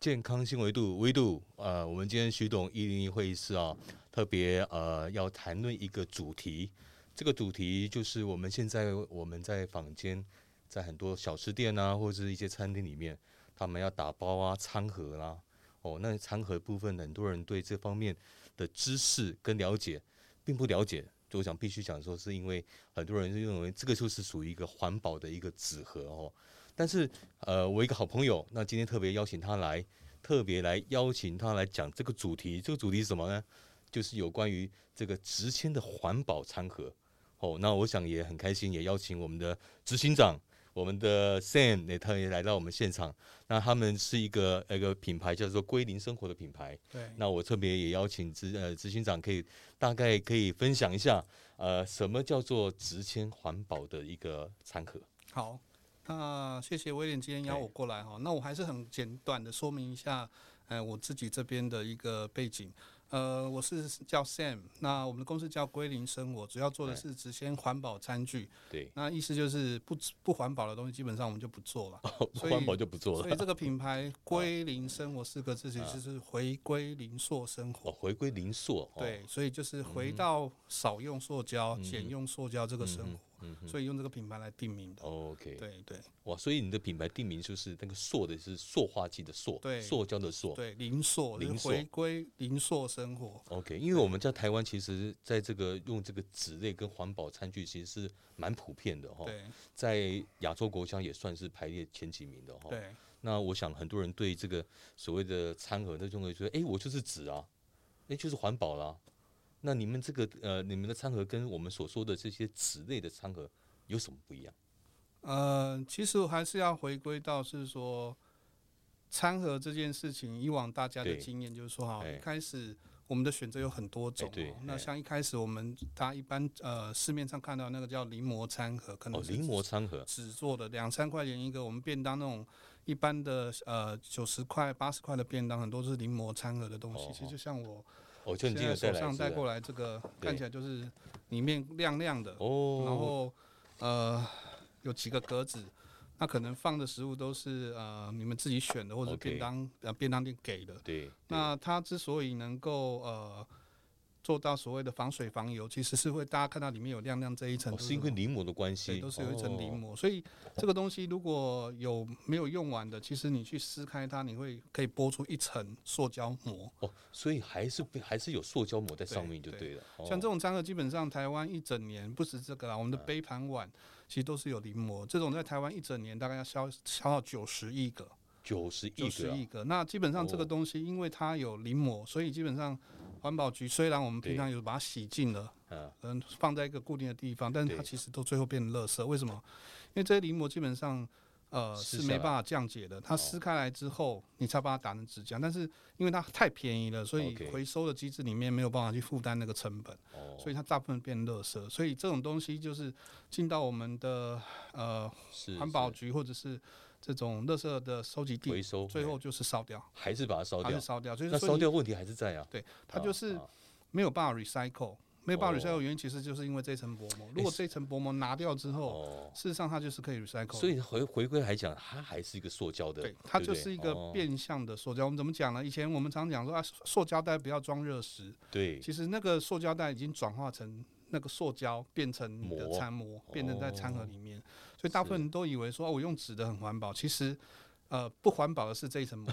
健康新维度，维度，呃，我们今天徐董一零一会议室啊，特别呃要谈论一个主题，这个主题就是我们现在我们在坊间，在很多小吃店啊，或者是一些餐厅里面，他们要打包啊、餐盒啦、哦，那餐盒部分很多人对这方面的知识跟了解并不了解，就我想必须讲说，是因为很多人就认为这个就是属于一个环保的一个纸盒哦。但是，呃，我一个好朋友，那今天特别邀请他来，特别来邀请他来讲这个主题。这个主题是什么呢？就是有关于这个直签的环保餐盒。哦，那我想也很开心，也邀请我们的执行长，我们的 Sam 也特别来到我们现场。那他们是一个一个品牌叫做归零生活的品牌。对，那我特别也邀请执呃执行长可以大概可以分享一下，呃，什么叫做直签环保的一个餐盒？好，那谢谢威廉今天邀我过来哈。那我还是很简短的说明一下，呃，我自己这边的一个背景。呃，我是叫 Sam，那我们的公司叫归零生活，主要做的对是只先环保餐具。对，那意思就是不不环保的东西，基本上我们就不做了。所 以环保就不做所以了。嗯这个品牌“归零生活”四个字，其实是回归零塑生活哦，。回归零塑。哦，嗯对，所以就是回到少用塑胶、减用塑胶这个生活，所以用这个品牌来定名的。 OK，对对哇，所以你的品牌定名就是那个塑的是塑化剂的塑，对塑胶的塑。对，零塑就是零塑回归零塑生活。 OK，因为我们在台湾其实在这个用这个纸类跟环保餐具其实是蛮普遍的哈，对在亚洲国家也算是排列前几名的哈。对那我想很多人对这个所谓的餐盒，他就会说，诶，我就是纸啊，诶，就是环保啦。那你们这个呃，你们的餐盒跟我们所说的这些纸类的餐盒有什么不一样？呃，其实我还是要回归到是说，餐盒这件事情，以往大家的对经验就是说，哈，哎一开始我们的选择有很多种、对哦。那哎像一开始我们大家一般呃市面上看到那个叫临摹餐盒，可哦能，是临摹餐盒，纸做的，两三块钱一个。我们便当那种一般的呃九十块、八十块的便当，很多是临摹餐盒的东西。哦其实就像我哦，就现你今在天手带来上是带吧过来这个，对看起来就是里面亮亮的，然哦，后呃有几个格子，那可能放的食物都是呃你们自己选的，或者 OK 便当呃便当店给的。对，那它之所以能够呃做到所谓的防水防油，其实是会大家看到里面有亮亮这一层哦都是因为临摹的关对，系，都是有一层临哦摹，所以这个东西如果有没有用完的，其实你去撕开它，你会可以剥出一层塑胶膜。哦，所以还是被还是有塑胶膜在上对面就对对了。哦像这种餐盒，基本上台湾一整年不止这个啦，我们的杯盘碗其实都是有临摹，这种在台湾一整年大概要消消耗九十亿个，九十九亿十个啊亿个。那基本上这个哦东西，因为它有临摹，所以基本上环保局虽然我们对平常有把它洗净了。嗯，嗯，放在一个固定的地方，但是它对其实都最后变成垃圾。为什么？因为这些临摹基本上呃撕是下没来哦办法降解的，它撕开来之后，你才把它打成纸浆。但是因为它太便宜了，所以 OK 回收的机制里面没有办法去负担那个成本，哦，所以它大部分变垃圾。所以这种东西就是进到我们的呃是环保是局或者是这种垃圾的收集回地，收，最哎后就是烧掉，还是把它烧还掉是。烧掉。所以那所以烧你掉问题还是在啊，对，它啊就是啊没有办法 recycle，没有办法哦 recycle 的原因其实就是因为这层薄膜。如果这层薄膜拿掉之后，哦，事实上它就是可以 recycle，所的以回回归来讲，它还是一个塑胶的，对，它不就对是一个哦变相的塑胶。我们怎么讲呢？以前我们常讲说啊，塑塑胶袋不要装热食，对其实那个塑胶袋已经转化成。那个塑胶变成你的膜哦餐膜，变成在餐盒里面，所以大部分人都以为说、哦我用纸的很环保，其实，呃，不环保的是这一层膜。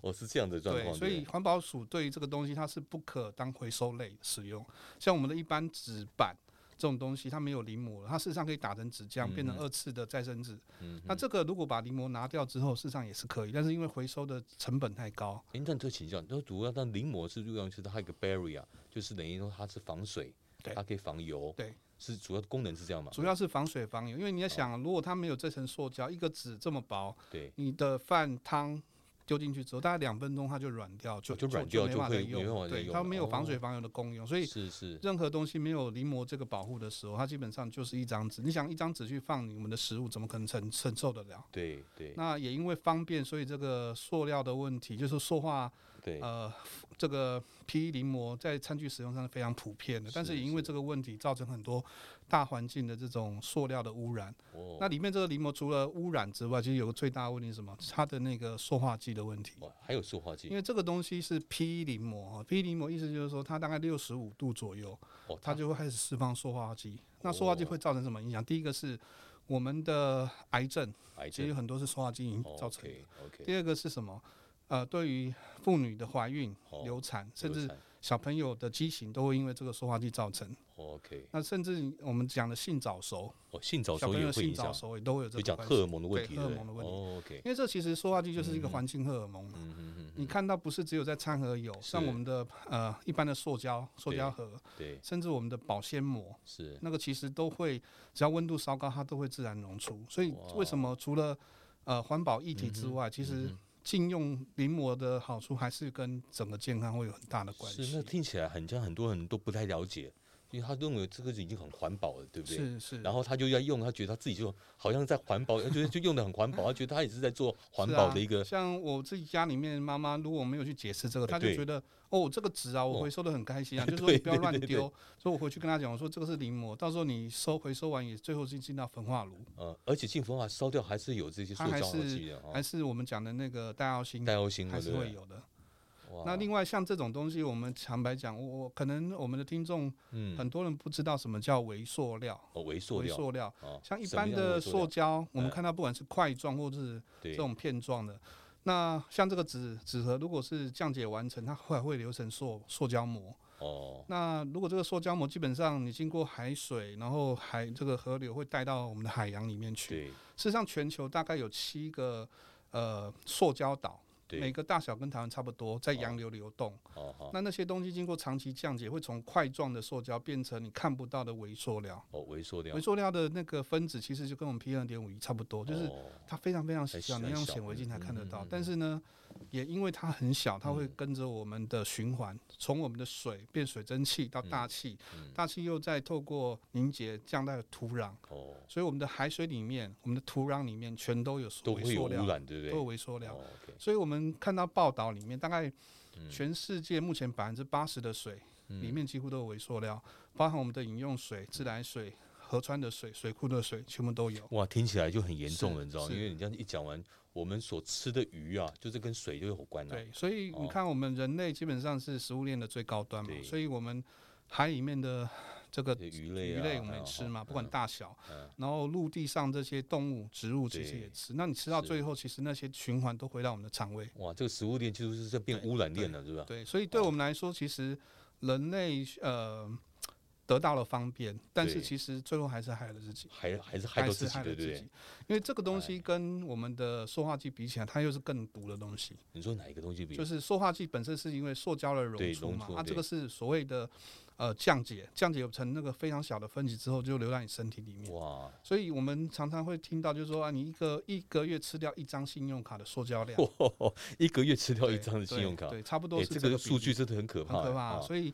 哦是这样的状对，况，所对以环保署对于这个东西它是不可当回收类使用。像我们的一般纸板这种东西，它没有临摹了，它事实上可以打成纸浆，嗯变成二次的再生纸。那这个如果把临摹拿掉之后，事实上也是可以，但是因为回收的成本太高，哎，那这请教，那主要但临摹是用就是它有一个 barrier，就是等于说它是防水，对它可以防油，对，是主要的功能是这样嘛？主要是防水防油。因为你要想，如果它没有这层塑胶，一个纸这么薄，对，你的饭汤。丢进去之后，大概两分钟它就软掉，就哦就软掉没就办法会再没办法用。再对，用它了没有防水哦防油的功用，所以是是任何东西没有临摹这个保护的时候，它基本上就是一张纸。你想一张纸去放你们的食物，怎么可能承承受得了？对对，那也因为方便，所以这个塑料的问题，就是塑化对，呃，这个 PE 临摹在餐具使用上是非常普遍的，但是是也因为这个问题，造成很多大环境的这种塑料的污染。哦那里面这个临摹除了污染之外，其实有个最大的问题是什么？它的那个塑化剂的问题。哇，还有塑化因剂，为这个东西是 PE 临摹啊，PE 临摹意思就是说它大概六十五度左右，哦，它就会开始释放塑化剂。那塑化剂会造成什么影响？第一个是我们的癌症，癌其实症有很多是塑化剂引造成的。 ，OK OK，第二个是什么？呃，对于妇女的怀孕哦、流产，甚至流产小朋友的畸形，都会因为这个塑化剂造成。 OK，那甚至我们讲的性早熟，哦，性早小熟朋友也会性影早响，熟也都会有这就个讲关荷系。尔蒙的问对题，荷尔对不对蒙的问题哦，OK，因为这其实塑化剂就是一个环境荷尔蒙嘛。嗯嗯嗯，你看到不是只有在餐盒有，像是我们的呃一般的塑胶、塑对胶盒，对，甚至我们的保鲜膜，是，那个其实都会，只要温度烧高，它都会自然溶出。所以为什么除了呃环保议题之嗯外，其实禁用临摹的好处还是跟整个健康会有很大的关系。是，那听起来很像很多人都不太了解，因为他认为这个已经很环保了，对不对？是是然后他就要用，他觉得他自己就好像在环 保，觉得就用的很环保，他觉得他也是在做环是保啊的一个，像我自己家里面妈妈，如果我没有去解释这个，哎她就对觉得哦，这个纸啊，我哦回收的很开心啊，就是说 对你不要对乱对对丢。所以我回去跟她讲，我说这个是临摹，到时候你收回收完也最后是进到焚化炉，呃，而且幸福化烧掉还是有这些塑啊它还胶是剂的还啊，是我们讲的那个戴奥辛带药新还闻是对不会对？有的。哇那另外像这种东西，我们坦白讲，我我可能我们的听众嗯，很多人不知道什么叫微塑料，哦，微塑微料塑料。啊，像一什么般样的微塑塑胶，我们哎看到不管是块状或是对这种片状的，那像这个纸纸盒，如果是降解完成，它后来会留成塑塑胶膜。哦，那如果这个塑胶膜基本上你经过海水，然后海这个河流会带到我们的海洋里面去。对事实上，全球大概有七个呃塑胶岛，每对，个大小跟台湾差不多，在哦洋流流动。哦好，那那些东西经过长期降解，会从块状的塑胶变成你看不到的微塑料。哦，微塑料微，塑料的那个分子其实就跟我们 P 二点五一差不多，就是哦它非常非常很小，小你用很小显微镜才看得嗯嗯到嗯。但是呢，也因为它很小，它会跟着我们的循环，从我们的水变水蒸气到嗯大气，大气又再透过凝结降到土壤，哦，所以我们的海水里面、我们的土壤里面全都有都微会有塑污料，染，对都不对？有微塑料。哦，OK，所以我们看到报道里面，大概嗯全世界目前百分之八十的水、里面几乎都有微塑料，包含我们的饮用嗯水、自来水、河川的水、水库的水，全部都有。哇，听起来就很严重是了，你知道吗？是因为你这样一讲完，我们所吃的鱼啊，就是跟水就有关了。对，所以哦你看，我们人类基本上是食物链的最高端嘛对，所以我们海里面的这个这鱼类啊，鱼类我还们也有吃哈嘛，不管嗯大小嗯，然后陆地上这些动物、植物其实对也吃。那你吃到是最后，其实那些循环都回到我们的肠胃。哇，这个食物链就是在变污染链了，是吧？对，所以对我们来说，其实人类呃得到了方便，但是对其实最后还是害了自己，还还是害还到是自己，害对了不自己。对？因为这个东西哎跟我们的塑化剂比起来，它又是更毒的东西。你说哪一个东西比？就是塑化剂本身是因为塑胶的对溶出溶嘛啊出，它、这对个是所谓的呃降解，降解成那个非常小的分子之后，就留在你身体里面。哇，所以我们常常会听到，就是说啊，你一个一个月吃掉一张信用卡的塑胶量， 一个月吃掉一对张的信用对卡，对，差不多哎，是这个个比数例据真的很可很怕，可怕。啊所以，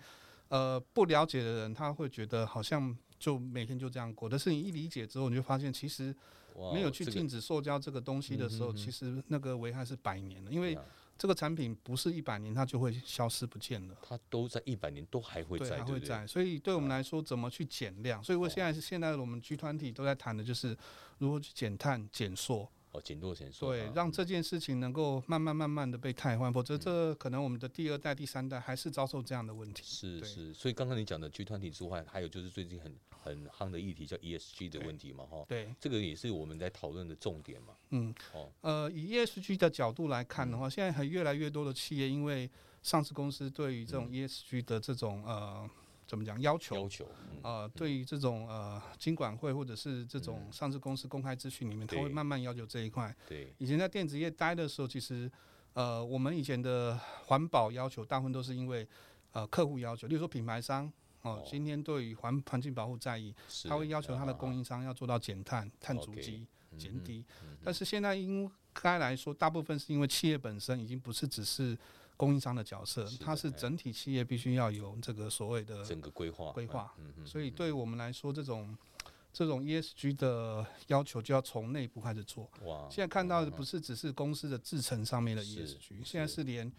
呃，不了解的人他会觉得好像就每天就这样过，但是你一理解之后，你就发现其实哇没有去哦这个嗯禁止塑胶这个东西的时候，其实那个危害是百年的，因为对啊这个产品不是一百年它就会消失不见了。它都在一百年都还会对，在，对啊还哦会不对？在，所以对我们来说，怎么去减量？所以我现在是现在我们集团体都在谈的就是如何去减碳、减塑，哦，减多减少，对啊，让这件事情能够慢慢慢慢的被汰换，否嗯则这可能我们的第二代、第三代还是遭受这样的问题。是对是，所以刚刚你讲的集团体之外，还有就是最近很很夯的议题叫 ESG 的对问题嘛，哈，对，这个也是我们在讨论的重点嘛。嗯哦，呃，以 ESG 的角度来看嗯的话，现在还越来越多的企业因为上市公司对于这种 ESG 的这种呃怎么讲要求嗯要，求，嗯，嗯呃，对于这种呃经管会或者是这种上市公司公开资讯里面，它会对慢慢要求这一块。对，以前在电子业待的时候，其实呃我们以前的环保要求大部分都是因为呃客户要求，例如说品牌商。哦哦，今天对于环环境保护在意，是啊他会要求他的供应应商要做到减碳、碳足 OK，嗯迹，减低。但是现在应该来说，大部分是因为企业本身已经不是只是供应商的角色是，的它是哎整体企业必须要有这个所谓的整个规划规嗯划嗯嗯，所以对我们来说，这种这种 ESG 的要求就要从内部开始做。哇，嗯现在看到的不是只是公司的制程上面的是 ESG，现在是连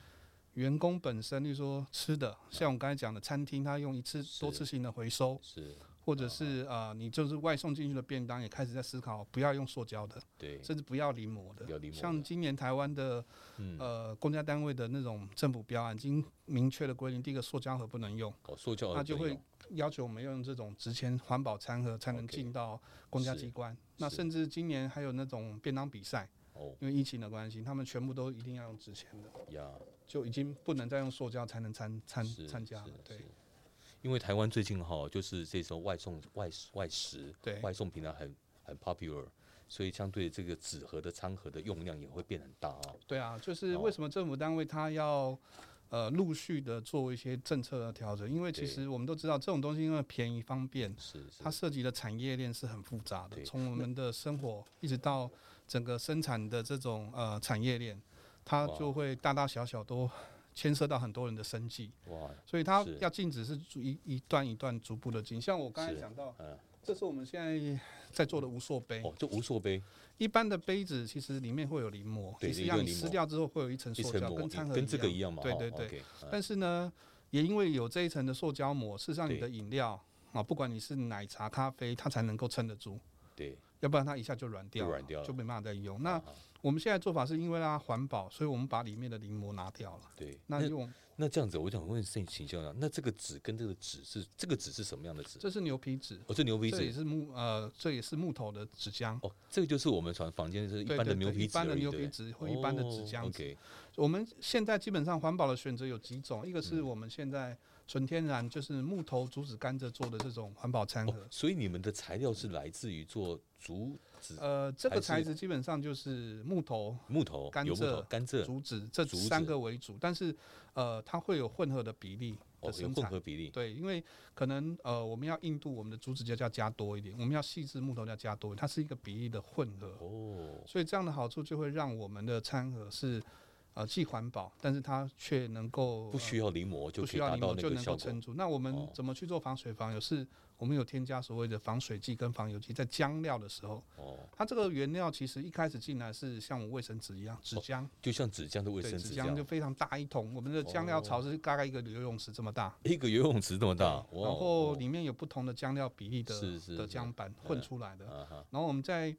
员工本身，例如说吃的，像我刚才讲的餐厅，它用一次啊是多次性的回收，是，啊或者是呃，你就是外送进去的便当，也开始在思考不要用塑胶的，对，甚至不要临摹的不要临摹。的像今年台湾的嗯，呃公家单位的那种政府标案，已经明确的规定，第一个塑胶盒不能用，哦，塑胶那的就不能会用要求我们用这种值钱环保餐盒才能 OK，进到公家是机关。那是甚至今年还有那种便当比赛，哦因为疫情的关系，他们全部都一定要用值钱的，呀，就已经不能再用塑胶才能参参是参加是了。对是因为台湾最近哈，就是这种外送外外食对外送平台很很 popular，所以相对这个纸盒的餐盒的用量也会变很大啊。对啊，就是哦为什么政府单位它要呃陆续的做一些政策的调整，因为其对实我们都知道这种东西因为便宜方便，是是它涉及的产业链是很复杂的对，从我们的生活一直到整个生产的这种呃产业链，它哇哦就会大大小小都牵涉到很多人的生计，哇，所以它是要禁止是逐一一段一段逐步的进。像我刚才是讲到，嗯，这是我们现在在做的无塑杯，哦，这无塑杯一般的杯子其实里面会有淋膜，对其实一个让你淋撕膜掉之后会有一层一塑层胶，膜跟餐盒跟这个一样嘛，对哦对对。 ，OK，嗯但是呢，也因为有这一层的塑胶膜，事实上你的饮料啊，不管你是奶茶、咖啡，它才能够撑得住，对，要不然它一下就软掉就了，软掉了就没办法再用。那啊我们现在做法是因为它环保，所以我们把里面的淋膜拿掉 了。对，那那用那这样子，我想问盛请教一下，啊那这个纸跟这个纸是这个纸是什么样的纸？这是牛皮纸，哦，这牛皮这也纸是木呃，这也是木头的纸浆。哦，这个就是我们传房间是一对般的对牛对皮一纸而般已，的牛皮对纸或一般的纸哦浆纸。 OK，我们现在基本上环保的选择有几种，一个嗯是我们现在纯天然，就是木头、竹子、甘蔗做的这种环保餐盒哦，。所以你们的材料是来自于做竹子、呃，这还个是材质基本上就是木头、木头、甘有木头、蔗甘蔗，竹子这竹三子个为主，但是呃，它会有混合的比例哦有的，生混产。合比例。对，因为可能呃，我们要硬度，我们的竹子就要加多一点，我们要细致木头要加多一点，它是一个比例的混合。哦，所以这样的好处就会让我们的餐盒是呃既环保，但是它却能够不需要临摹就呃不可需以要达你到们那就个能效够果撑。住。那我们哦怎么去做防水防油？是我们有添加所谓的防水剂跟防油剂，在浆料的时候，哦，它这个原料其实一开始进来是像我们卫生纸一样，纸浆，就像纸浆的哦哦卫对，生纸纸这样浆就，非常大一桶。我们的浆料槽是大概一个游泳池这么大，一个游泳池这么大，对哇然后哦里面有不同的浆料比例的是是的是浆板嗯混出来的。啊哈，然后我们在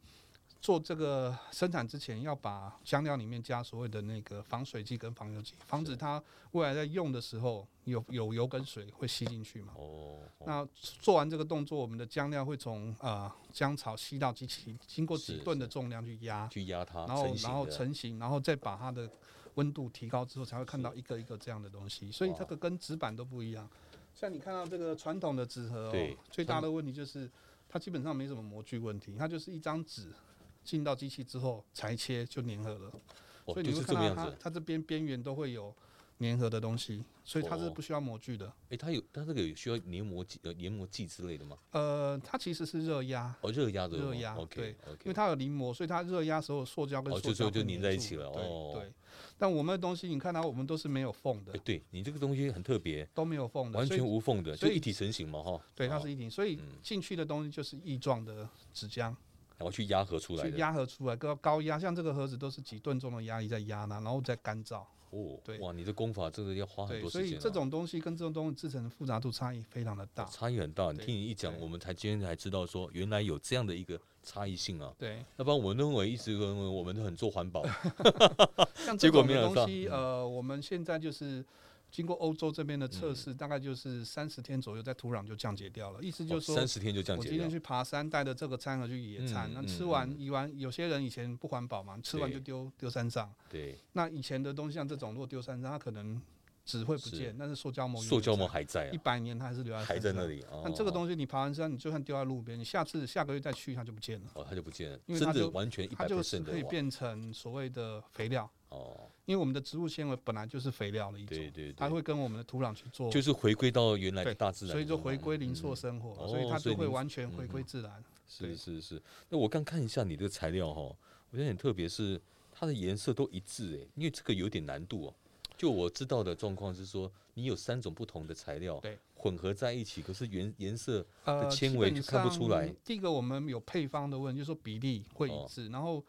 做这个生产之前，要把浆料里面加所谓的那个防水剂跟防油剂，防止它未来在用的时候有有油跟水会吸进去嘛。哦，哦那做完这个动作，我们的浆料会从呃浆槽吸到机器，经过几是吨是的重量去压，去压它，然后啊成型然后的成型，然后再把它的温度提高之后，才会看到一个一个这样的东西。所以哇这个跟纸板都不一样。像你看到这个传统的纸盒、哦对，最大的问题就是它基本上没什么模具问题，它就是一张纸进到机器之后裁切就粘合了，哦，就所以你会是这看个到样它子。它这边边缘都会有粘合的东西，所以它是哦不需要模具的。诶，它有它这个有需要黏膜剂呃黏膜剂之类的吗？呃，它其实是热压，哦，热压的热哦压对，OK 因为 OK，它有临摹，所以它热压时候塑胶跟哦塑就最胶后就会粘在一住起了对哦对，但我们的东西，你看到我们都是没有缝的诶，哎对你这个东西很特别，都没有缝的，完所以全无缝的，就所以一体成型嘛哈。对它哦是一体，所以进去的东西就是异状的纸浆然后去压合出来去的压合出来，高高压，像这个盒子都是几吨重的压力在压它，然后再干燥。哦对，哇，你的功法真的要花很对，多所时以间啊，哦这种东西跟这种东西制成的复杂度差异非常的大。差异很大。你对听你一讲，对我们才今天才知道说原来有这样的一个差异性啊。对，要不然我们认为一直认为我们都很做 环保，哦像结这果种没嗯的想到东西，呃，我们现在就是经过欧洲这边的测试，嗯大概就是三十天左右，在土壤就降解掉了。意思就是说哦三，十天就降我解今掉天。去爬山，带着这个餐盒去野餐嗯，那嗯吃完嗯以完，有些人以前不环保嘛，吃完就对丢丢山上。对，那以前的东西像这种，如果丢山上，它可能纸会不是见，但是塑胶膜塑胶膜还在一啊，百年它还是留在还山在上那。里啊。但这个西东西你爬完山，你就算丢在路边，你下次下个月再去它就不见了，哦，它就不见了，因为真它的就完全一它百就是可的以哇变成所谓的肥料。哦，因为我们的植物纤维本来就是肥料的一对种，对它对，会跟我们的土壤去做，就是回归到原来的对大自然所以的就状态，回归零嗯售生活，所以哦它所以就会零完全回嗯归自然。是对是是，那我刚看一下你这个材料哈，我觉得很特别，是它的颜色都一致诶，因为这个有点难度哦。就我知道的状况是说，你有三种不同的材料对混合在一起，可是原颜色呃，纤基维本就看不出来哦上第一个我们有配方的问题，就是说比例会一致，然后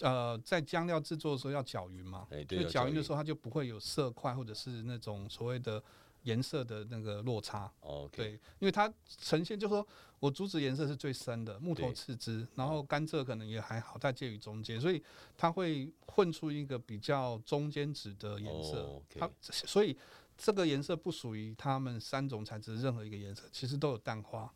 呃，在酱料制作的时候要搅匀嘛，哎，所对，以要搅匀的搅时候它就不会有色块或者是那种所谓的颜色的那个落差。哦，OK，对，因为它呈现就是说我竹子颜色是最深的，木头对嗯次之，然后甘蔗可能也还好，在介于中间，所以它会混出一个比较中间值的颜色。哦，OK 它所以这个颜色不属于它们三种材质任何一个颜色，其实都有淡化。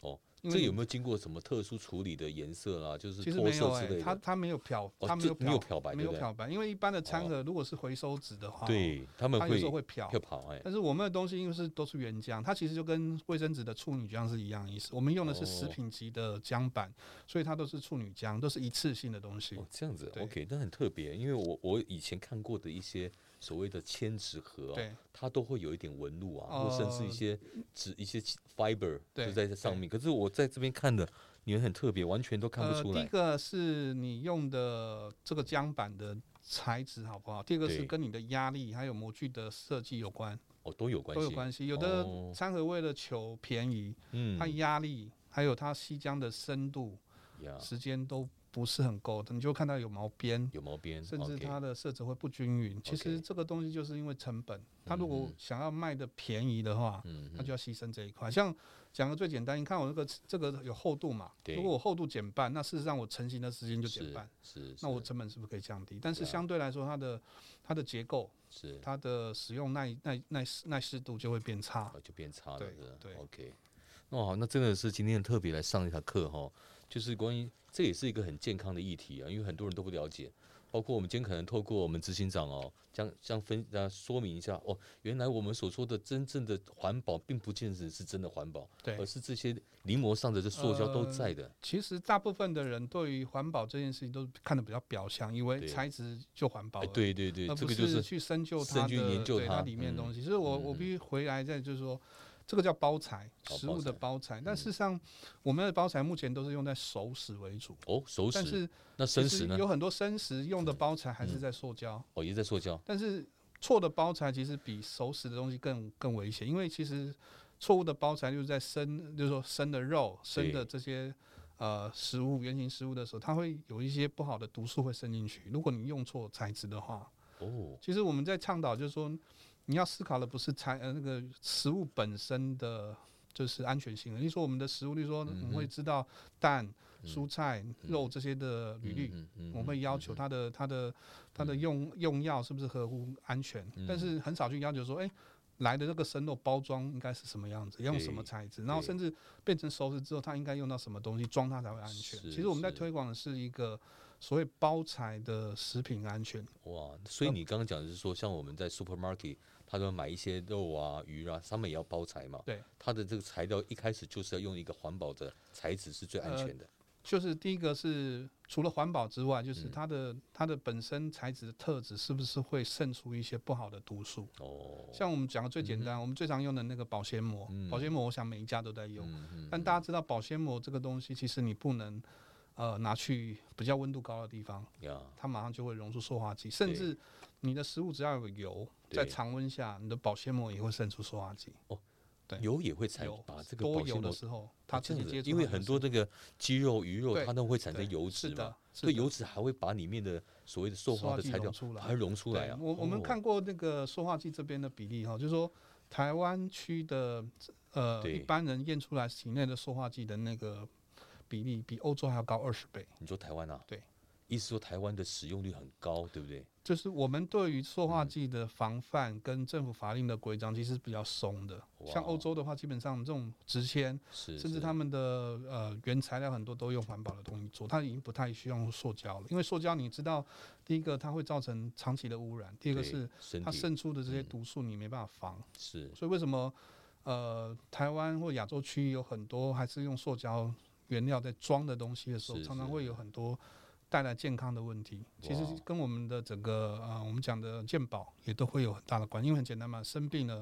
哦，因这为有没有经过什么特殊处理的颜色啦？就是其实脱没色有哎、之类它的？它没有漂，哦它这有没有漂漂白没对有不对漂白，因为一般的餐哦盒如果是回收纸的话，，对，他们哦它有会时候会漂。会跑，哎，但是我们的东西因为是都是原浆，它其实就跟卫生纸的处女浆是一样的意思。我们用的是食哦品级的浆板，所以它都是处女浆，都是一次性的东西。哦，这样子对，OK，那很特别，因为我我以前看过的一些所谓的千纸盒、啊，对它都会有一点纹路啊，或甚至一哦些纸一些 fiber 就对在这上对面。可是我在这边看的，你们很特别，完全都看不呃，出第一来。个是你用的这个浆板的材质好不好？第二个是对跟你的压力还有模具的设计有关，哦，都有关都有系，关系。有的哦餐盒为了求便宜，嗯它，压力还有它吸浆的深度、呀，时间都不是很够的，你就会看到有毛边。有毛边，甚至 OK 它的色泽会不均匀。其实 OK 这个东西就是因为成本，它如嗯果哼想要卖的便宜的话，嗯它哼，就要牺牲这一块。像讲个最简单，你看我这个这个有厚度嘛，对如果我厚度减半，那事实上我成型的时间就减是半，是，那我是成本是不是可以降低？但是对啊相对来说，它的它的结构、是它的使用耐耐耐耐湿度就会变差。啊，就变差了，对是吧对，OK。那好，那真的是今天特别来上一堂课哈，就是关于这也是一个很健康的议题啊，因为很多人都不了解，包括我们今天可能透过我们执行长哦，将将分啊说明一下哦，原来我们所说的真正的环保，并不见得是真的环保，对而，是这些临摹上的这塑胶都呃在的，其实大部分的人对于环保这件事情都看得比较表象，以为对材质就环保哎，了。对对对，而这不个就是去深究深它去的研究对它嗯它里面的东西。所以我我必须回来再就是说，这个叫包材，哦食包物的材包材。但事实上，我们的包材目前都是用在熟食为主，哦，熟但食，是那其生实食呢？嗯有很多生食用的包材还是在塑胶，哦，也在塑胶，但是错的包材其实比熟食的东西更更危险，因为其实错误的包材就是在生，就是说生的肉、生的这些。呃，食物原型食物的时候，它会有一些不好的毒素会渗进去。如果你用错材质的话，哦，其实我们在倡导，就是说，你要思考的不是材呃那个食物本身的就是安全性。例如说，我们的食物，例如嗯说，我们会知道蛋、蔬菜、肉这些的履历，嗯嗯我们会要求它的它的它的用用药是不是合乎安全，嗯但是很少去要求说，哎。来的这个生肉包装应该是什么样子，用什么对材质，然后嗯对甚至变成熟食之后，它应该用到什么东西装它才会安全。其是实我们在是推广的是一个所谓包材的食品安全。哇，所以那你刚刚讲的是说，像我们在 supermarket，他都要买一些肉啊、鱼啊，他们也要包材嘛。对，它的这个材料一开始就是要用一个环保的材质是最安呃全的。就是第一个是除了环保之外，就是嗯它的、它的本身材质的特质是不是会渗出一些不好的毒素？哦，像我们讲的最简单，我们最常用的那个保鲜膜，保鲜膜我想每一家都在用，嗯嗯，但大家知道保鲜膜这个东西，其实你不能呃拿去比较温度高的地方，呀，它马上就会溶出塑化剂，甚对至你的食物只要有油，在对常温下，你的保鲜膜也会渗出塑化剂。对油也会产油把这个多保油鲜的膜时候，它这自样己子接触因到你的身体，为很多这个鸡肉、鱼肉，对它都会产生对油脂是嘛的，，是所以的油脂还会把里面的所谓的塑塑化化的剂材溶料出来还溶出来对啊。我我们哦看过那个塑化剂这边的比例哈，就是说台湾区的呃对一般人验出来体内的塑化剂的那个比例比欧洲还要高二十倍。你说台湾啊，对，意思说台湾的使用率很高，对不对？就是我们对于塑嗯化剂的防范跟政府法令的规章其实是比较松的，像欧哇洲的话，基本上这种直签，是，甚至是他们的呃原材料很多都用环保的东西做，它已经不太需要用塑胶了，因为塑胶你知道，第一个它会造成长期的污染，第二个对是身它体嗯渗出的这些毒素你没办法防，是所以为什么呃台湾或亚洲区有很多还是用塑胶原料在装的东西的时候，是常常是会有很多带来健康的问题。其实哇哦跟我们的整个呃我们讲的健保也都会有很大的关系，因为很简单嘛，生病了，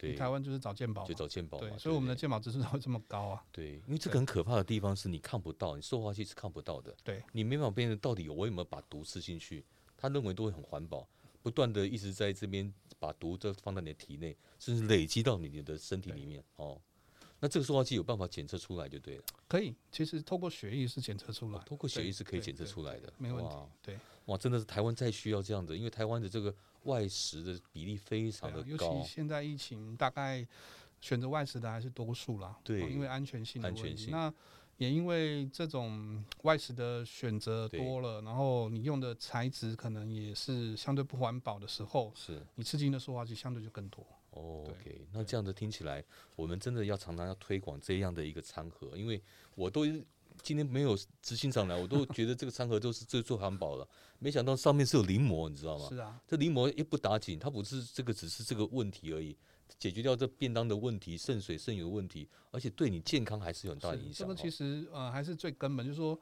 你对台湾就是找健保嘛就。找健保嘛，对，所以我们的对健保指数才会这么高啊。对，因为这个很可怕的地方是你看不到，你塑化剂是看不到的，对，你没办法辨认到底有我有没有把毒吃进去。他认为都会很环保，不断的一直在这边把毒都放在你的体内，甚至累积到你的身体里面哦。那这个塑化剂有办法检测出来就对了，可以，其实透过血液是检测出来的，通过血对液是可以检测对出来的，没问题哇。对，哇，真的是台湾再需要这样的，因为台湾的这个外食的比例非常对啊的尤高其，现在疫情，大概选择外食的还是多数啦。啊对因为安全性的安问全题。性那也因为这种外食的选择对多了，然后你用的材质可能也是相对不环保的时候，是你吃进的塑化剂相对就更多。哦对，OK，那这样子听起来，我们真的要常常要推广这样的一个餐盒，因为我都今天没有执行长来，我 都觉得这个餐盒都是最做环保了，没想到上面是有临摹，你知道吗？是啊，这临摹一不打紧，它不是这个只是这个问题而已，解决掉这便当的问题、剩水剩油的问题，而且对你健康还是有很大的是影这响个哦。其实呃还是最根本，就是说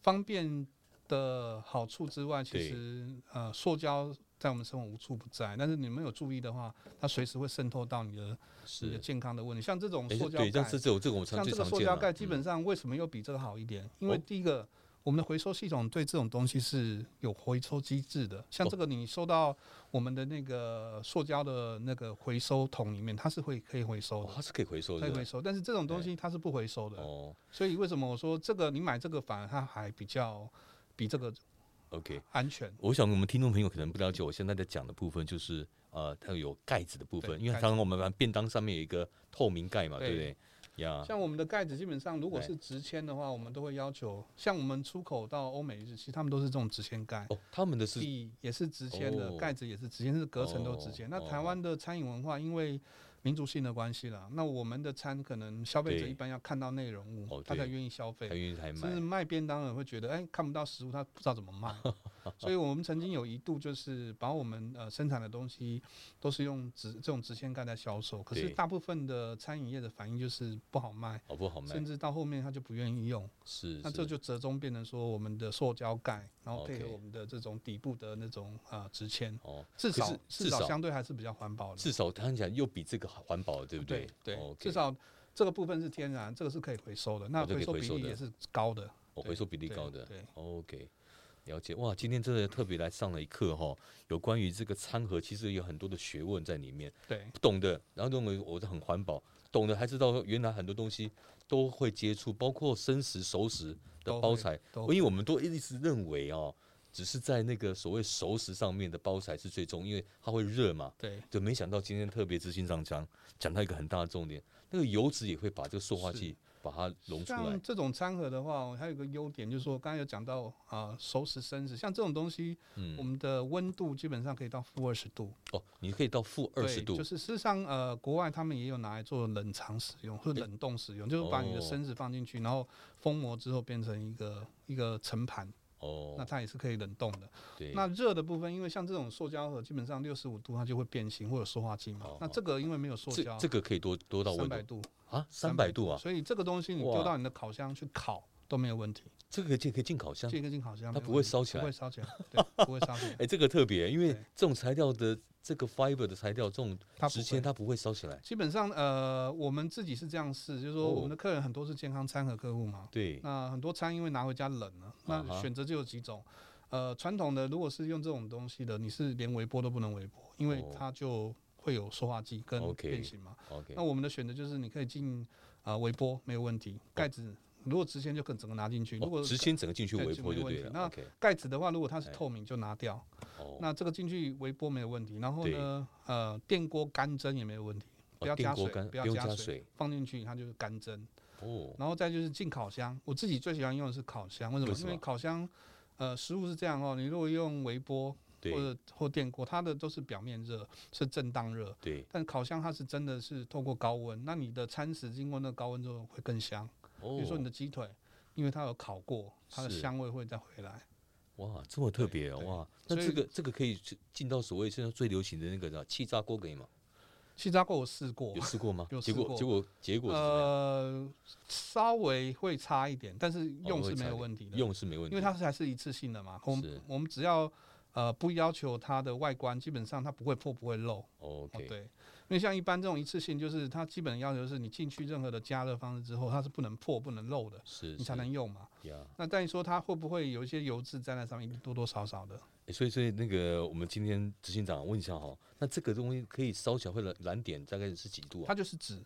方便的好处之外，其对实呃塑胶在我们生活无处不在，但是你没有注意的话，它随时会渗透到你的你的是，健康的问题。像这种哎塑胶对，盖像，是这种这种我常像最这个常塑见胶了盖基嗯本上为什么又比这个好一点？因为哦第一个。我们的回收系统对这种东西是有回收机制的，像哦这个你收到我们的那个塑胶的那个回收桶里面，它是会可以回收哦的，它是可以回收的可以，回收。但是这种东对西它是不回收的，哦所以为什么我说这个你买这个反而它还比较比这个，OK。安全？我想我们听众朋友可能不了解，我现在在讲的部分就是呃，它有盖子的部分，对因为盖刚子刚我们把便当上面有一个透明盖嘛，对对不对？呀，像我们的盖子基本上如果啊对是直签的话，我们都会要求，像我们出口到欧美日，其实他们都是这种直签盖。哦，他们的是地也是直签的哦，盖子也是直签，是隔层都直签。哦那台湾的餐饮文化，因为民族性的关系啦，那我们的餐可能消费者对一般要看到内容哦物，他才对愿意消费台。湾台甚至买，卖便当的人会觉得，哎、看不到食物，他不知道怎 么卖。所以我们曾经有一度就是把我们呃生产的东西都是用直这种直线盖在销售，可是对大部分的餐饮业的反应就是不好卖，好哦不好卖甚？至到后面他就不愿意用。是，那是这就折中变成说我们的塑胶盖，然后配合 OK 我们的这种底部的那种呃直签，哦，至可少是至至少少相对还是比较环保的，至少看起来又比这个环保，对不对对，对，哦，OK 至少。这个部分是天然，这个是可以回收的，那哦这可以回收回比收例的也是高的，哦，对回收比例对高的对，OK，了解。哇，今天真的特别来上了一课哈，有关于这个餐盒，其实有很多的学问在里面。对。不懂的，然后认为我是很环保；懂的还知道原来很多东西都会接触，包括生食、熟食的都包会材。都因会为我们都一直认为哦，只是在那个所谓熟食上面的包材是最重，因为它会热嘛。对，就没想到今天特别执行长讲讲到一个很大的重点，那个油脂也会把这个塑化是剂把它溶出来像。这种餐盒的话，还有一个优点就是说，刚才有讲到啊、熟食、生食，像这种东西，我嗯，们的温度基本上可以到负二十度，哦，你可以到负二十对度就，是事实上，呃，国外他们也有拿来做冷藏使用或者冷冻使用，就是把你的哦生食放进去，然后封膜之后变成一个一个盛盘，那哦，它也是可以冷冻的。对，那热的部分，因为像这种塑胶盒，基本上六十五度它就会变形或有塑化剂嘛。哦那这个因为没有塑这胶，这个可以多多到三温百度度，啊，三百度啊，所以这个东西你丢哇到你的烤箱去烤都没有问题。这个可以可以进烤箱。这个进烤箱，它没不问会题烧起来不会烧 起来，对，不会烧起来哎、。这个特别，因为对这种材料的这个 fiber 的材料，这种它不直接会它不会烧起来。基本上，呃，我们自己是这样试，就是说我哦们的客人很多是健康餐盒客户嘛，对，那很多餐因为拿回家冷了，那啊哈选择就有几种。呃，传统的如果是用这种东西的，你是连微波都不能微波，因为哦它就会有塑化剂跟 OK 变形嘛。 OK，那我们的选择就是你可以进啊、呃微波没有问题，盖子如果直线就可以整个拿进去，如哦，果直接整个进去对微就波没就问对题了。那 OK，盖子的话，如果它是哎透明就拿掉，哦，那这个进去微波没有问题，然后对呢，呃，电锅干蒸也没有问题，不哦要电加锅水，干不要不用加加水，水放进去它就是干蒸。哦，然后再就是进烤箱，我自己最喜欢用的是烤箱，为什么？为什么因为烤箱，呃，食物是这样哦，你如果用微波或对者或电锅，它的都是表面热，是震荡热。对，但烤箱它是真的是透过高温，那你的餐食经过那个高温之后会更香。哦，比如说你的鸡腿，因为它有烤过，它的是香味会再回来。哇，这么特对别哦，对哇，那所这以个这个可以去进到所谓现在最流行的那个叫气炸锅，可以吗？气炸锅我试过有，试过吗有？结试果过结果结果是怎么样呃，稍微会差一点，但是哦用会是差一没有点问题的，用是没问题，因为它是还是一次性的嘛。我是们我们只要呃不要求它的外观，基本上它不会破不会漏。哦， OK 对，因为像一般这种一次性，就是它基本要求是你进去任何的加热方式之后，它是不能破不能漏的，是你才是能用嘛。呀。那但是说它会不会有一些油脂粘在上面，一定多多少少的。欸所以，所以那个我们今天执行长问一下哈，那这个东西可以烧起来会燃燃点大概是几度啊？它就是纸，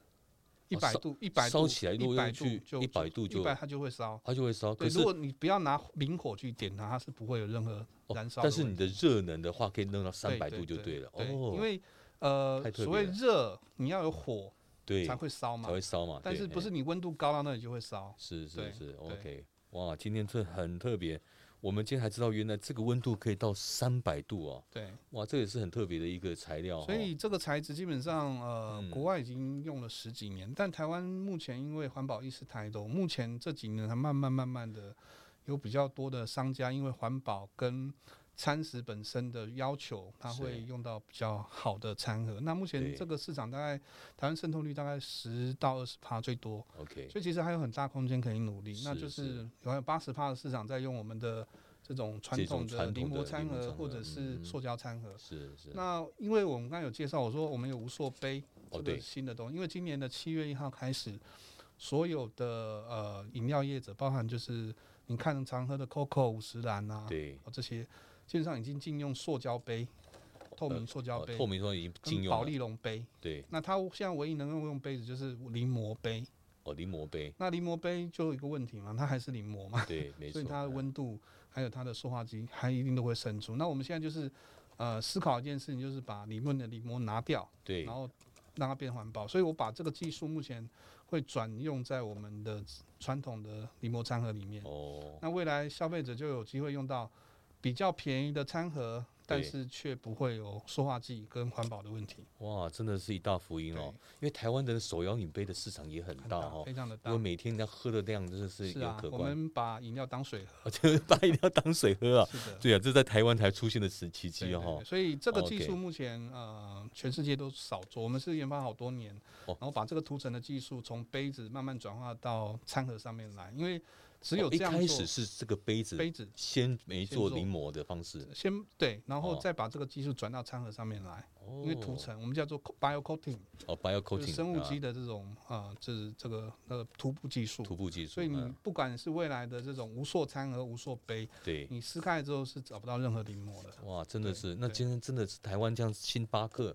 一百烧度一百烧度起来如果一百用度去一百度一就百它就会烧。它就会烧，对，可是如果你不要拿明火去点它，它是不会有任何哦燃烧的问题。但是你的热能的话可以弄到三百度就对了，对哦，因为呃太，特所别谓了热，你要有火对才会烧嘛才。会烧嘛，但对是不嘿是你温度高到那里就会烧？是是对是，OK，哇，今天这很特别，我们今天还知道原来这个温度可以到三百度哦，对，哇，这也是很特别的一个材料、哦，所以这个材质基本上呃，嗯国外已经用了十几年，但台湾目前因为环保意识抬头，目前这几年才慢慢慢慢的有比较多的商家因为环保跟餐食本身的要求，它是会用到比较好的餐盒。那目前对这个市场大概台湾渗透率大概十到二十趴最多， OK，所以其实还有很大空间可以努力。那是就是是有八十趴的市场在用我们的这种传这种统的传临统的摹餐临摹餐盒盒或者嗯是嗯塑胶餐盒。是是，那因为我们刚刚有介绍，我说我们有无塑杯哦这对个新的东西，因为今年的七月一号开始，所有的呃饮料业者，包含就是你看常喝的 COCO 五十兰啊，对，哦这些，基本上已经禁用塑胶杯、透明塑胶哦杯、透明说已经禁跟用啊保了利龙杯。对，那它现在唯一能够用杯子就是临摹杯。哦，临摹 杯，那临摹杯就有一个问题嘛，它还是临摹嘛，对，没错，所以它的嗯温度还有它的塑化剂还一定都会渗出。那我们现在就是呃思考一件事情，就是把里面的临摹拿掉，对然后让它变环保。所以我把这个技术目前会转用在我们的传统的临摹餐盒里面。哦，那未来消费者就有机会用到比较便宜的餐盒，但对是却不会有塑化剂跟环保的问题。哇，真的是一大福音对哦，因为台湾的手摇饮杯的市场也很很大大，哦。非常的大因为。每天人家喝的量真的是是有啊可，我观，们把饮料当水喝。我 就是把饮料当水喝啊。是的。对啊，这在台湾才出现的时奇对迹哦。对对哈所以这个技 OK 术目前呃，全世界都少做，我们是研发好多年，哦然后把这个涂层的技术从杯子慢慢转化到餐盒上面来，因为只有哦一这样开做始，是这个杯子杯子先没先做做临摹的方式，先对，然哦后再把这个技术转到餐盒上面来，因因为涂层我们叫做 co- bio coating，哦 bio 就是哦 coating 生物啊基的这种啊，呃就是这个呃涂布技术。徒步技术，所以你嗯不管是未来的这种无塑餐盒、无塑杯，对你撕开之后是找不到任何临摹的。哇，真的对是那对今天真的是台湾这样星巴克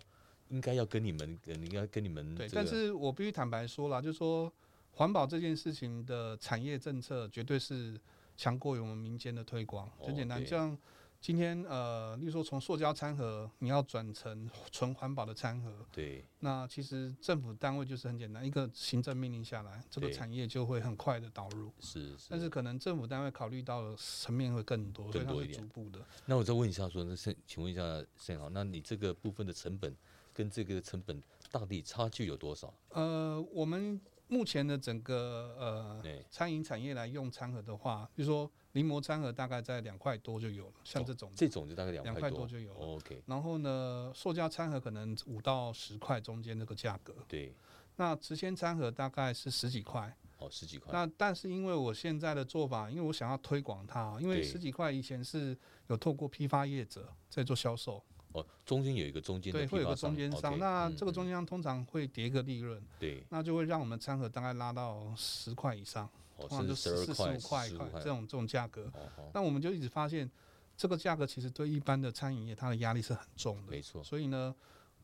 应该要跟你们，呃应该跟你们对，这但个是我必须坦白说啦，就是说环保这件事情的产业政策绝对是强过于我们民间的推广。很哦简单，对像今天呃，例如说从塑胶餐盒你要转成纯环保的餐盒，对那其实政府单位就是很简单，一个行政命令下来，这个对产业就会很快的导入。是是。但是可能政府单位考虑到的层面会更多，所以更它多是一点逐步的。那我再问一下说，那盛，请问一下盛豪，那你这个部分的成本跟这个成本到底差距有多少？呃，我们目前的整个呃对餐饮产业来用餐盒的话，比如说临摹餐盒大概在两块多就有了，像哦这种的。这种就大概两两块块多多就有了 OK，然后呢，塑胶餐盒可能五到十块中间这个价格，对，那直鲜餐盒大概是十几块。哦，十几块。那但是因为我现在的做法，因为我想要推广它，因为对十几块以前是有透过批发业者在做销售，哦，中间有一个中间的对，批会有发个商中间商， OK，那嗯这个嗯中间商通常会叠一个利润，对，那就会让我们餐盒大概拉到十块以上。哦，通常甚就至十十二四、十块、十五块一五块块这。种这种价格。哦哦，那我们就一直发现，这个价格其实对一般的餐饮业它的压力是很重的没。错所以呢，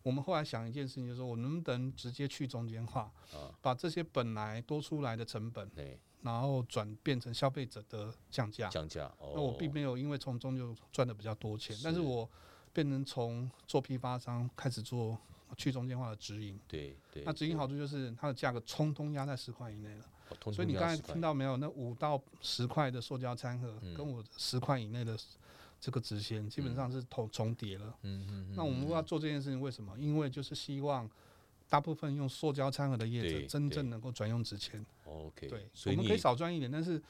我们后来想一件事情，就是说我能不能直接去中间化，啊，把这些本来多出来的成本，对，然后转变成消费者的降价。降价。哦，那我并没有因为从中就赚的比较多钱，但是是我变成从做批发商开始做去中间化的直营。对对。那直营对，好处就是它的价格通通压在十块以内了。哦通所以通你要刚才10块听到没有？那五到十块的塑胶餐盒，嗯跟我十块以内的这个直线，基本上是重重叠了。嗯嗯嗯，那我们嗯要做这件事情，为什么？因为就是希望大部分用塑胶餐盒的业对者真对正能够转用直签。哦 OK，对，所以我你们可以少赚一点，但是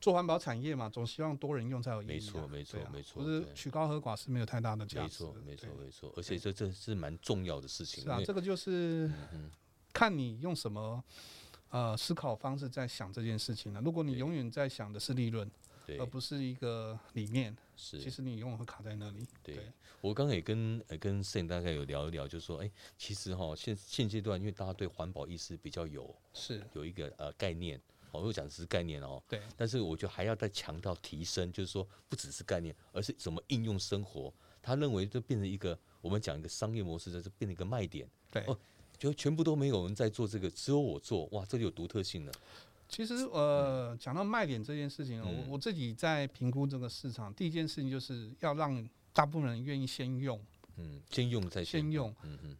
做环保产业嘛，总希望多人用才有意义啊、没错没错对啊没错不是对曲高和寡是没有太大的价没值的。错没错对没错，而且这这是蛮重要的事情，是啊因，为这个就是嗯看你用什么呃思考方式在想这件事情了、如果你对永远在想的是利润。对呃而不是一个理念。是其实你永远会卡在那里。对对我刚刚也跟呃跟 Sen 大概有聊一聊，就说哎，其实哈现现阶段因为大家对环保意识比较有是，有一个呃概念，哦我讲的是概念哦，对，但是我觉得还要再强调提升，就是说不只是概念，而是怎么应用生活。他认为这变成一个我们讲一个商业模式，这是变成一个卖点。对哦就全部都没有人在做这个，只有我做，哇，这就有独特性了。其实呃，讲到卖点这件事情哦，嗯我我自己在评估这个市场，第一件事情就是要让大部分人愿意先用，嗯，先用再先用，用。嗯嗯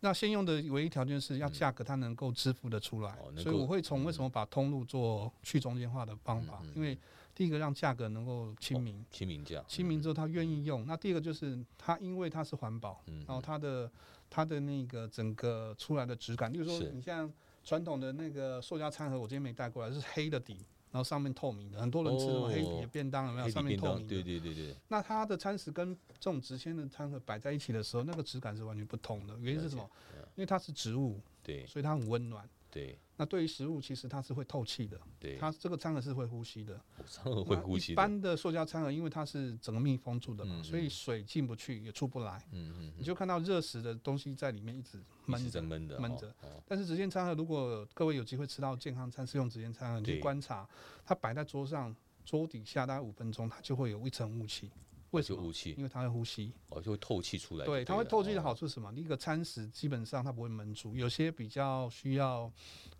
那先用的唯一条件是要价格它能够支付得出来哦，能所以够我会从为什么把通路做去中间化的方法嗯嗯，哦因为第一个让价格能够亲民，亲民价，亲民之后他愿意用。那第二个就是它因为它是环保，嗯，嗯然后它的它的那个整个出来的质感，例如说是你像传统的那个塑胶餐盒，我今天没带过来，是黑的底，然后上面透明的，很多人吃那种黑底的哦便当有没有？黑底上面便透当明对的。对对对，那它的餐食跟这种直签的餐盒摆在一起的时候，那个质感是完全不同的。原因了是解什么嗯？因为它是植物，对所以它很温暖。对那对于食物，其实它是会透气的，对，它这个餐盒是会呼吸的。我常常 会那呼吸一的，般的塑胶餐盒，因为它是整个密封住的嘛，嗯所以嗯水进不去也出不来。嗯嗯你就看到热食的东西在里面一直嗯，一直闷在着。闷的，闷哦着，哦但是直接餐盒，如果各位有机会吃到健康餐，是用直接餐盒，你对去观察，它摆在桌上桌底下大概五分钟，它就会有一层雾气。为什哦就么？雾气，因为它会呼吸，哦，就会透气出来就了。对，它会透气的哦好处是什么？第一个餐食基本上它不会闷住，有些比较需要，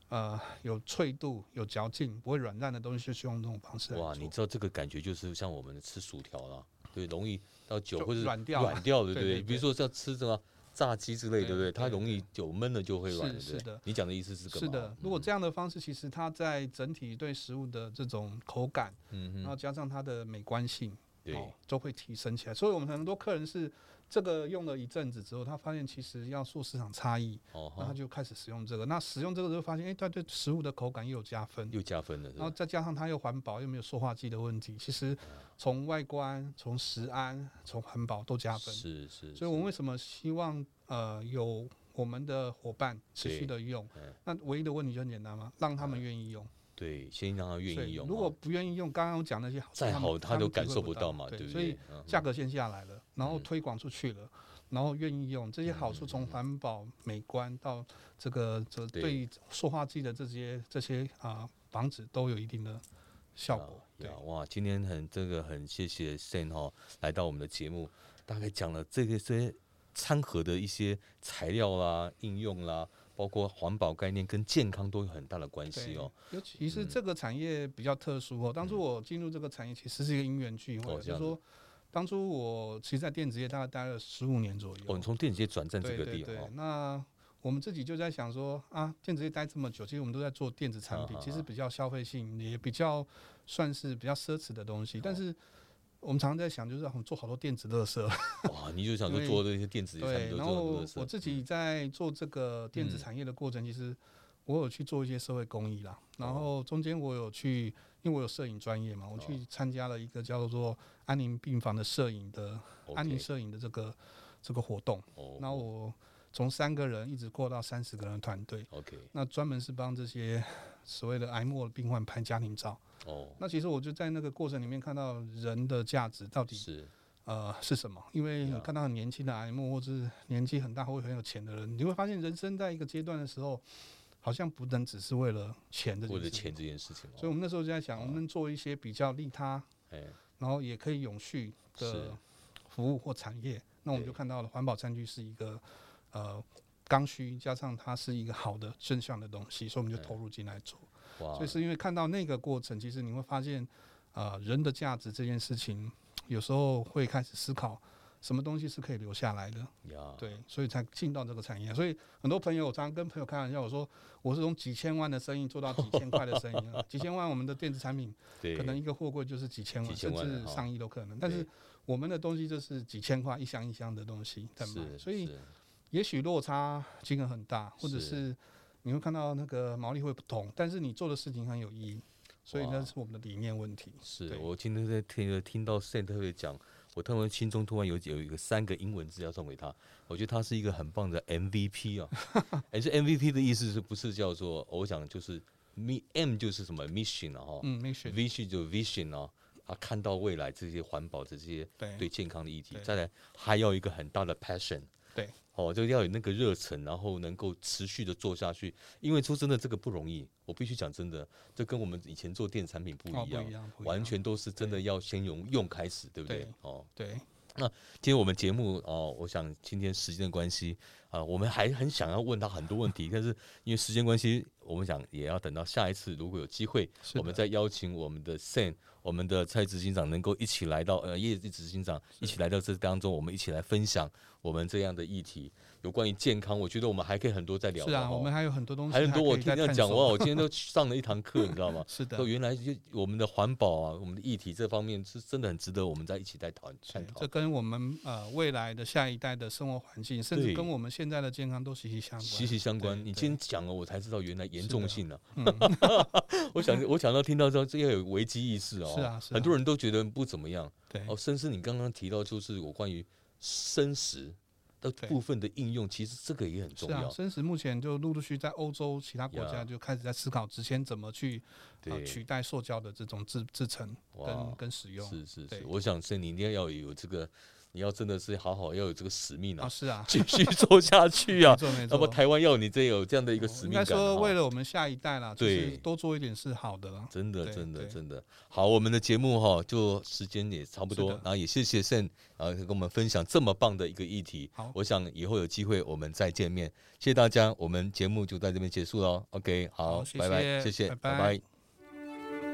呃，有脆度、有嚼劲、不会软烂的东西，就是啊用这种方式来哇，做你知道这个感觉就是像我们吃薯条啦，对，容易到久就或者软掉了软掉的，对 对不对？对比如说像吃什么炸鸡之类，对对不对？对它对容易久闷了就会软，对是不是对的？你讲的意思是干是嘛？的，如果这样的方式，其实它在整体对食物的这种口感，嗯然哼，后加上它的美观性，对哦，都会提升起来。所以我们很多客人是这个用了一阵子之后，他发现其实要做市场差异，哦那他哈，就开始使用这个。那使用这个之后发现，哎、它对食物的口感又有加分。又加分了，是然后吧？再加上它又环保，又没有塑化剂的问题，其实从外观、从食安、从环保都加分。是是，所以我们是为什么希望呃有我们的伙伴持续的用嗯？那唯一的问题就很简单嘛，让他们愿意用。对，先让他所愿以意用哦，如果不愿意用，刚刚我讲那些好处，再他们好他都们体感会受不到嘛，对对不所以对？嗯价格线下来了，然后嗯推广出去了，然后愿意用这些好处，从环保、美观到这个这对对塑化剂的这些这些啊、防止都有一定的效果。对呀，啊哇，今天很这个很谢谢 Sen 哈、来到我们的节目，大概讲了这个些餐盒的一些材料啦、应用啦，包括环保概念跟健康都有很大的关系对哦。，嗯尤其是这个产业比较特殊哦。当初我进入这个产业其实是一个因缘聚会，哦这就样是说当初我其实，在电子业大概待了十五年左右。哦，你从电子业转战这对个对地哦对方，那我们自己就在想说啊，电子业待这么久，其实我们都在做电子产品，啊啊其啊实比较消费性，也比较算是比较奢侈的东西。哦但是我们常常在想，就是我们做好多电子垃圾，哇，你就想说因为做这些电子业产对。品都然做很后多事我自己在做这个电子嗯产业的过程，其实我有去做一些社会公益啦。哦然后中间我有去，因为我有摄影专业嘛，我哦去参加了一个叫做安宁病房的摄影的安宁哦 OK，摄影的这个这个活动。哦，那我从三个人一直扩到三十个人的团队， OK，那专门是帮这些所谓的癌末病患拍家庭照。哦，那其实我就在那个过程里面看到人的价值到底是呃是什么，因为你 Yeah 看到很年轻的癌末或者是年纪很大或者很有钱的人，你会发现人生在一个阶段的时候，好像不能只是为了钱的，为了钱。这件事情所以我哦，们那时候就在想，我们做一些比较利他，哎，然后也可以永续是的服务或产业。那我们就对看到了环保餐具是一个呃刚需，加上它是一个好的正向的东西，所以我们就投入进来做。哇所以，是因为看到那个过程，其实你会发现，呃，人的价值这件事情，有时候会开始思考。什么东西是可以留下来的？呀，对，所以才进到这个产业。所以很多朋友，我常常跟朋友开玩笑，我说我是从几千万的生意做到几千块的生意啊， 几千万我们的电子产品对，可能一个货柜就是几千万，几千万甚哈至上亿都可能。但是对我们的东西就是几千块一箱一箱的东西在卖，是，所以是也许落差金额很大，或者是是你会看到那个毛利会不同，但是你做的事情很有意义，所以哇那是我们的理念问题。是对我今天在听听到 Sen 特别讲，我突然心中突然有有一个三个英文字要送给他，我觉得他是一个很棒的 MVP 啊。哎，这 MVP 的意思是不是叫做我想就是 M M 就是什么 mission 啊哈、嗯，没选 v i s i o n 就是 vision 啊，他看到未来这些环保的这些对对健康的议题，对再来还要一个很大的 passion。对，哦，就要有那个热忱，然后能够持续的做下去。因为说真的，这个不容易，我必须讲真的，这跟我们以前做电子产品不哦一不样，一样不一完样全都是真的要先用用开始，对不对？对哦，对，今天我们节目哦，我想今天时间的关系啊、啊、我们还很想要问他很多问 题，但是因为时间关系，我们想也要等到下一次，如果有机会，是我们的，再邀请我们的 Sam，我们的蔡执行长能够一起来到呃叶执行长一起来到这当中，我们一起来分享我们这样的议题，有关于健康，我觉得我们还可以很多再聊的是啊，哦我们还有很多东西，还有很多我听在他讲 哇，我今天都上了一堂课，你知道吗？是的说，原来就我们的环保啊，我们的议题这方面是真的很值得我们在一起来讨探对讨这。跟我们呃未来的下一代的生活环境，甚对至跟我们现在的健康都息息相关。息息相关对，你对今天讲了，我才知道原来严是重的性 啊！嗯， 我想，我想到听到之后，这要有危机意识哦。是啊是很啊多人都觉得不怎么样对，哦。甚至你刚刚提到，就是我关于生食的对部分的应用，其实这个也很重是啊要，。生食目前就陆陆续续在欧洲其他国呀家就开始在思考，之前怎么去呃对，取代塑胶的这种制制成哇跟跟使用。是是是对，我想是你一定要有这个，你要真的是好好要有这个使命啊，啊，是啊，继续做下去啊没。错没要错。不台湾要你这有这样的一个使应命该感哈，说为了我们下一代啦，就是对多做一点是好的啦。真的对真的对真的好，我们的节目哈，就时间也差不是多，的然后也谢谢盛，然后跟我们分享这么棒的一个议题。好我想以后有机会我们再见面，谢谢大家，我们节目就在这边结束喽。OK，好，好谢拜拜，谢谢谢，拜拜拜拜